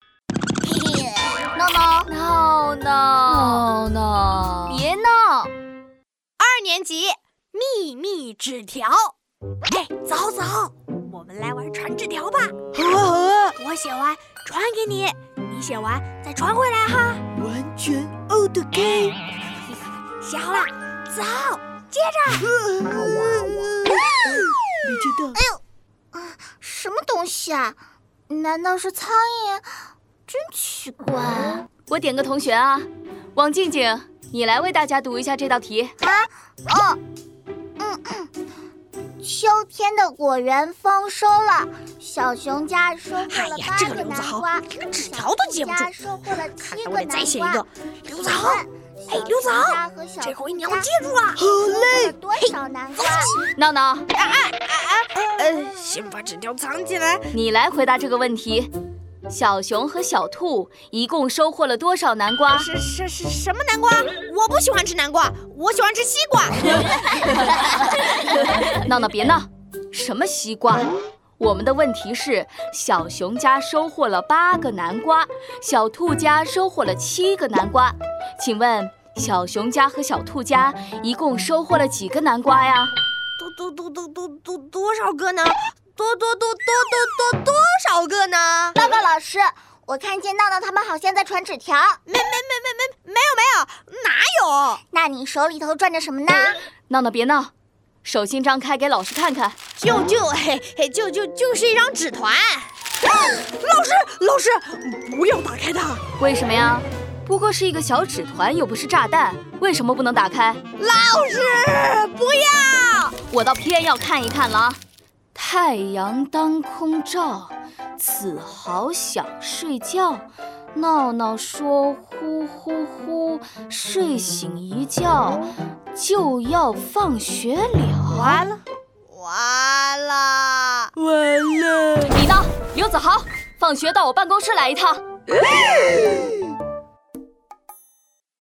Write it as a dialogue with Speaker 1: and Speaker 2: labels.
Speaker 1: 密纸条。哎，走走，我们来玩传纸条吧。
Speaker 2: 啊，
Speaker 1: 我写完传给你，你写完再传回来哈。
Speaker 2: 完全 OK。
Speaker 1: 写好了，走，接着。
Speaker 2: 你知道
Speaker 3: 什么东西啊？难道是苍蝇？真奇怪！
Speaker 4: 我点个同学啊，王静静，你来为大家读一下这道题。
Speaker 3: 哦，嗯嗯，秋天的果园丰收了，小熊家收获了
Speaker 1: 哎呀
Speaker 3: 八
Speaker 1: 这个刘子
Speaker 3: 南
Speaker 1: 豪
Speaker 3: 瓜，
Speaker 1: 连纸条都接不
Speaker 3: 小
Speaker 1: 住
Speaker 3: 兔家收获了
Speaker 1: 看来
Speaker 3: 七个
Speaker 1: 我得
Speaker 3: 南
Speaker 1: 再写一
Speaker 3: 瓜
Speaker 1: 个。刘子豪，
Speaker 3: 哎
Speaker 1: 刘子豪，这
Speaker 3: 这
Speaker 1: 回你要记住了。
Speaker 2: 好嘞，
Speaker 3: 多少南瓜？
Speaker 4: 闹闹，
Speaker 1: 呃，先把纸条藏起来。
Speaker 4: 你来回答这个问题。小熊和小兔一共收获了多少南 瓜？
Speaker 1: 是是是什么南瓜？我不喜欢吃南瓜，我喜欢吃西瓜。
Speaker 4: 闹闹别闹，什么西瓜？我们的问题是：小熊家收获了八个南瓜，小兔家收获了七个南瓜。请问小熊家和小兔家一共收获了几个南瓜呀？
Speaker 1: 多多多多多多多少个呢？多多多多多多多少个呢？
Speaker 3: 报告老师，我看见闹闹他们好像在传纸条，
Speaker 1: 哪有？
Speaker 3: 那你手里头攥着什么呢？
Speaker 4: 闹闹别闹，手心张开给老师看看。
Speaker 1: 就就嘿嘿就就就是一张纸团。老师老师，不要打开它！
Speaker 4: 为什么呀？不过是一个小纸团，又不是炸弹，为什么不能打开？
Speaker 1: 老师不要！
Speaker 4: 我倒偏要看一看了啊！太阳当空照，子豪想睡觉。闹闹说：“呼呼呼，睡醒一觉就要放学了。”完了，
Speaker 1: 完了！
Speaker 2: 完了。
Speaker 4: 你呢，刘子豪？放学到我办公室来一趟。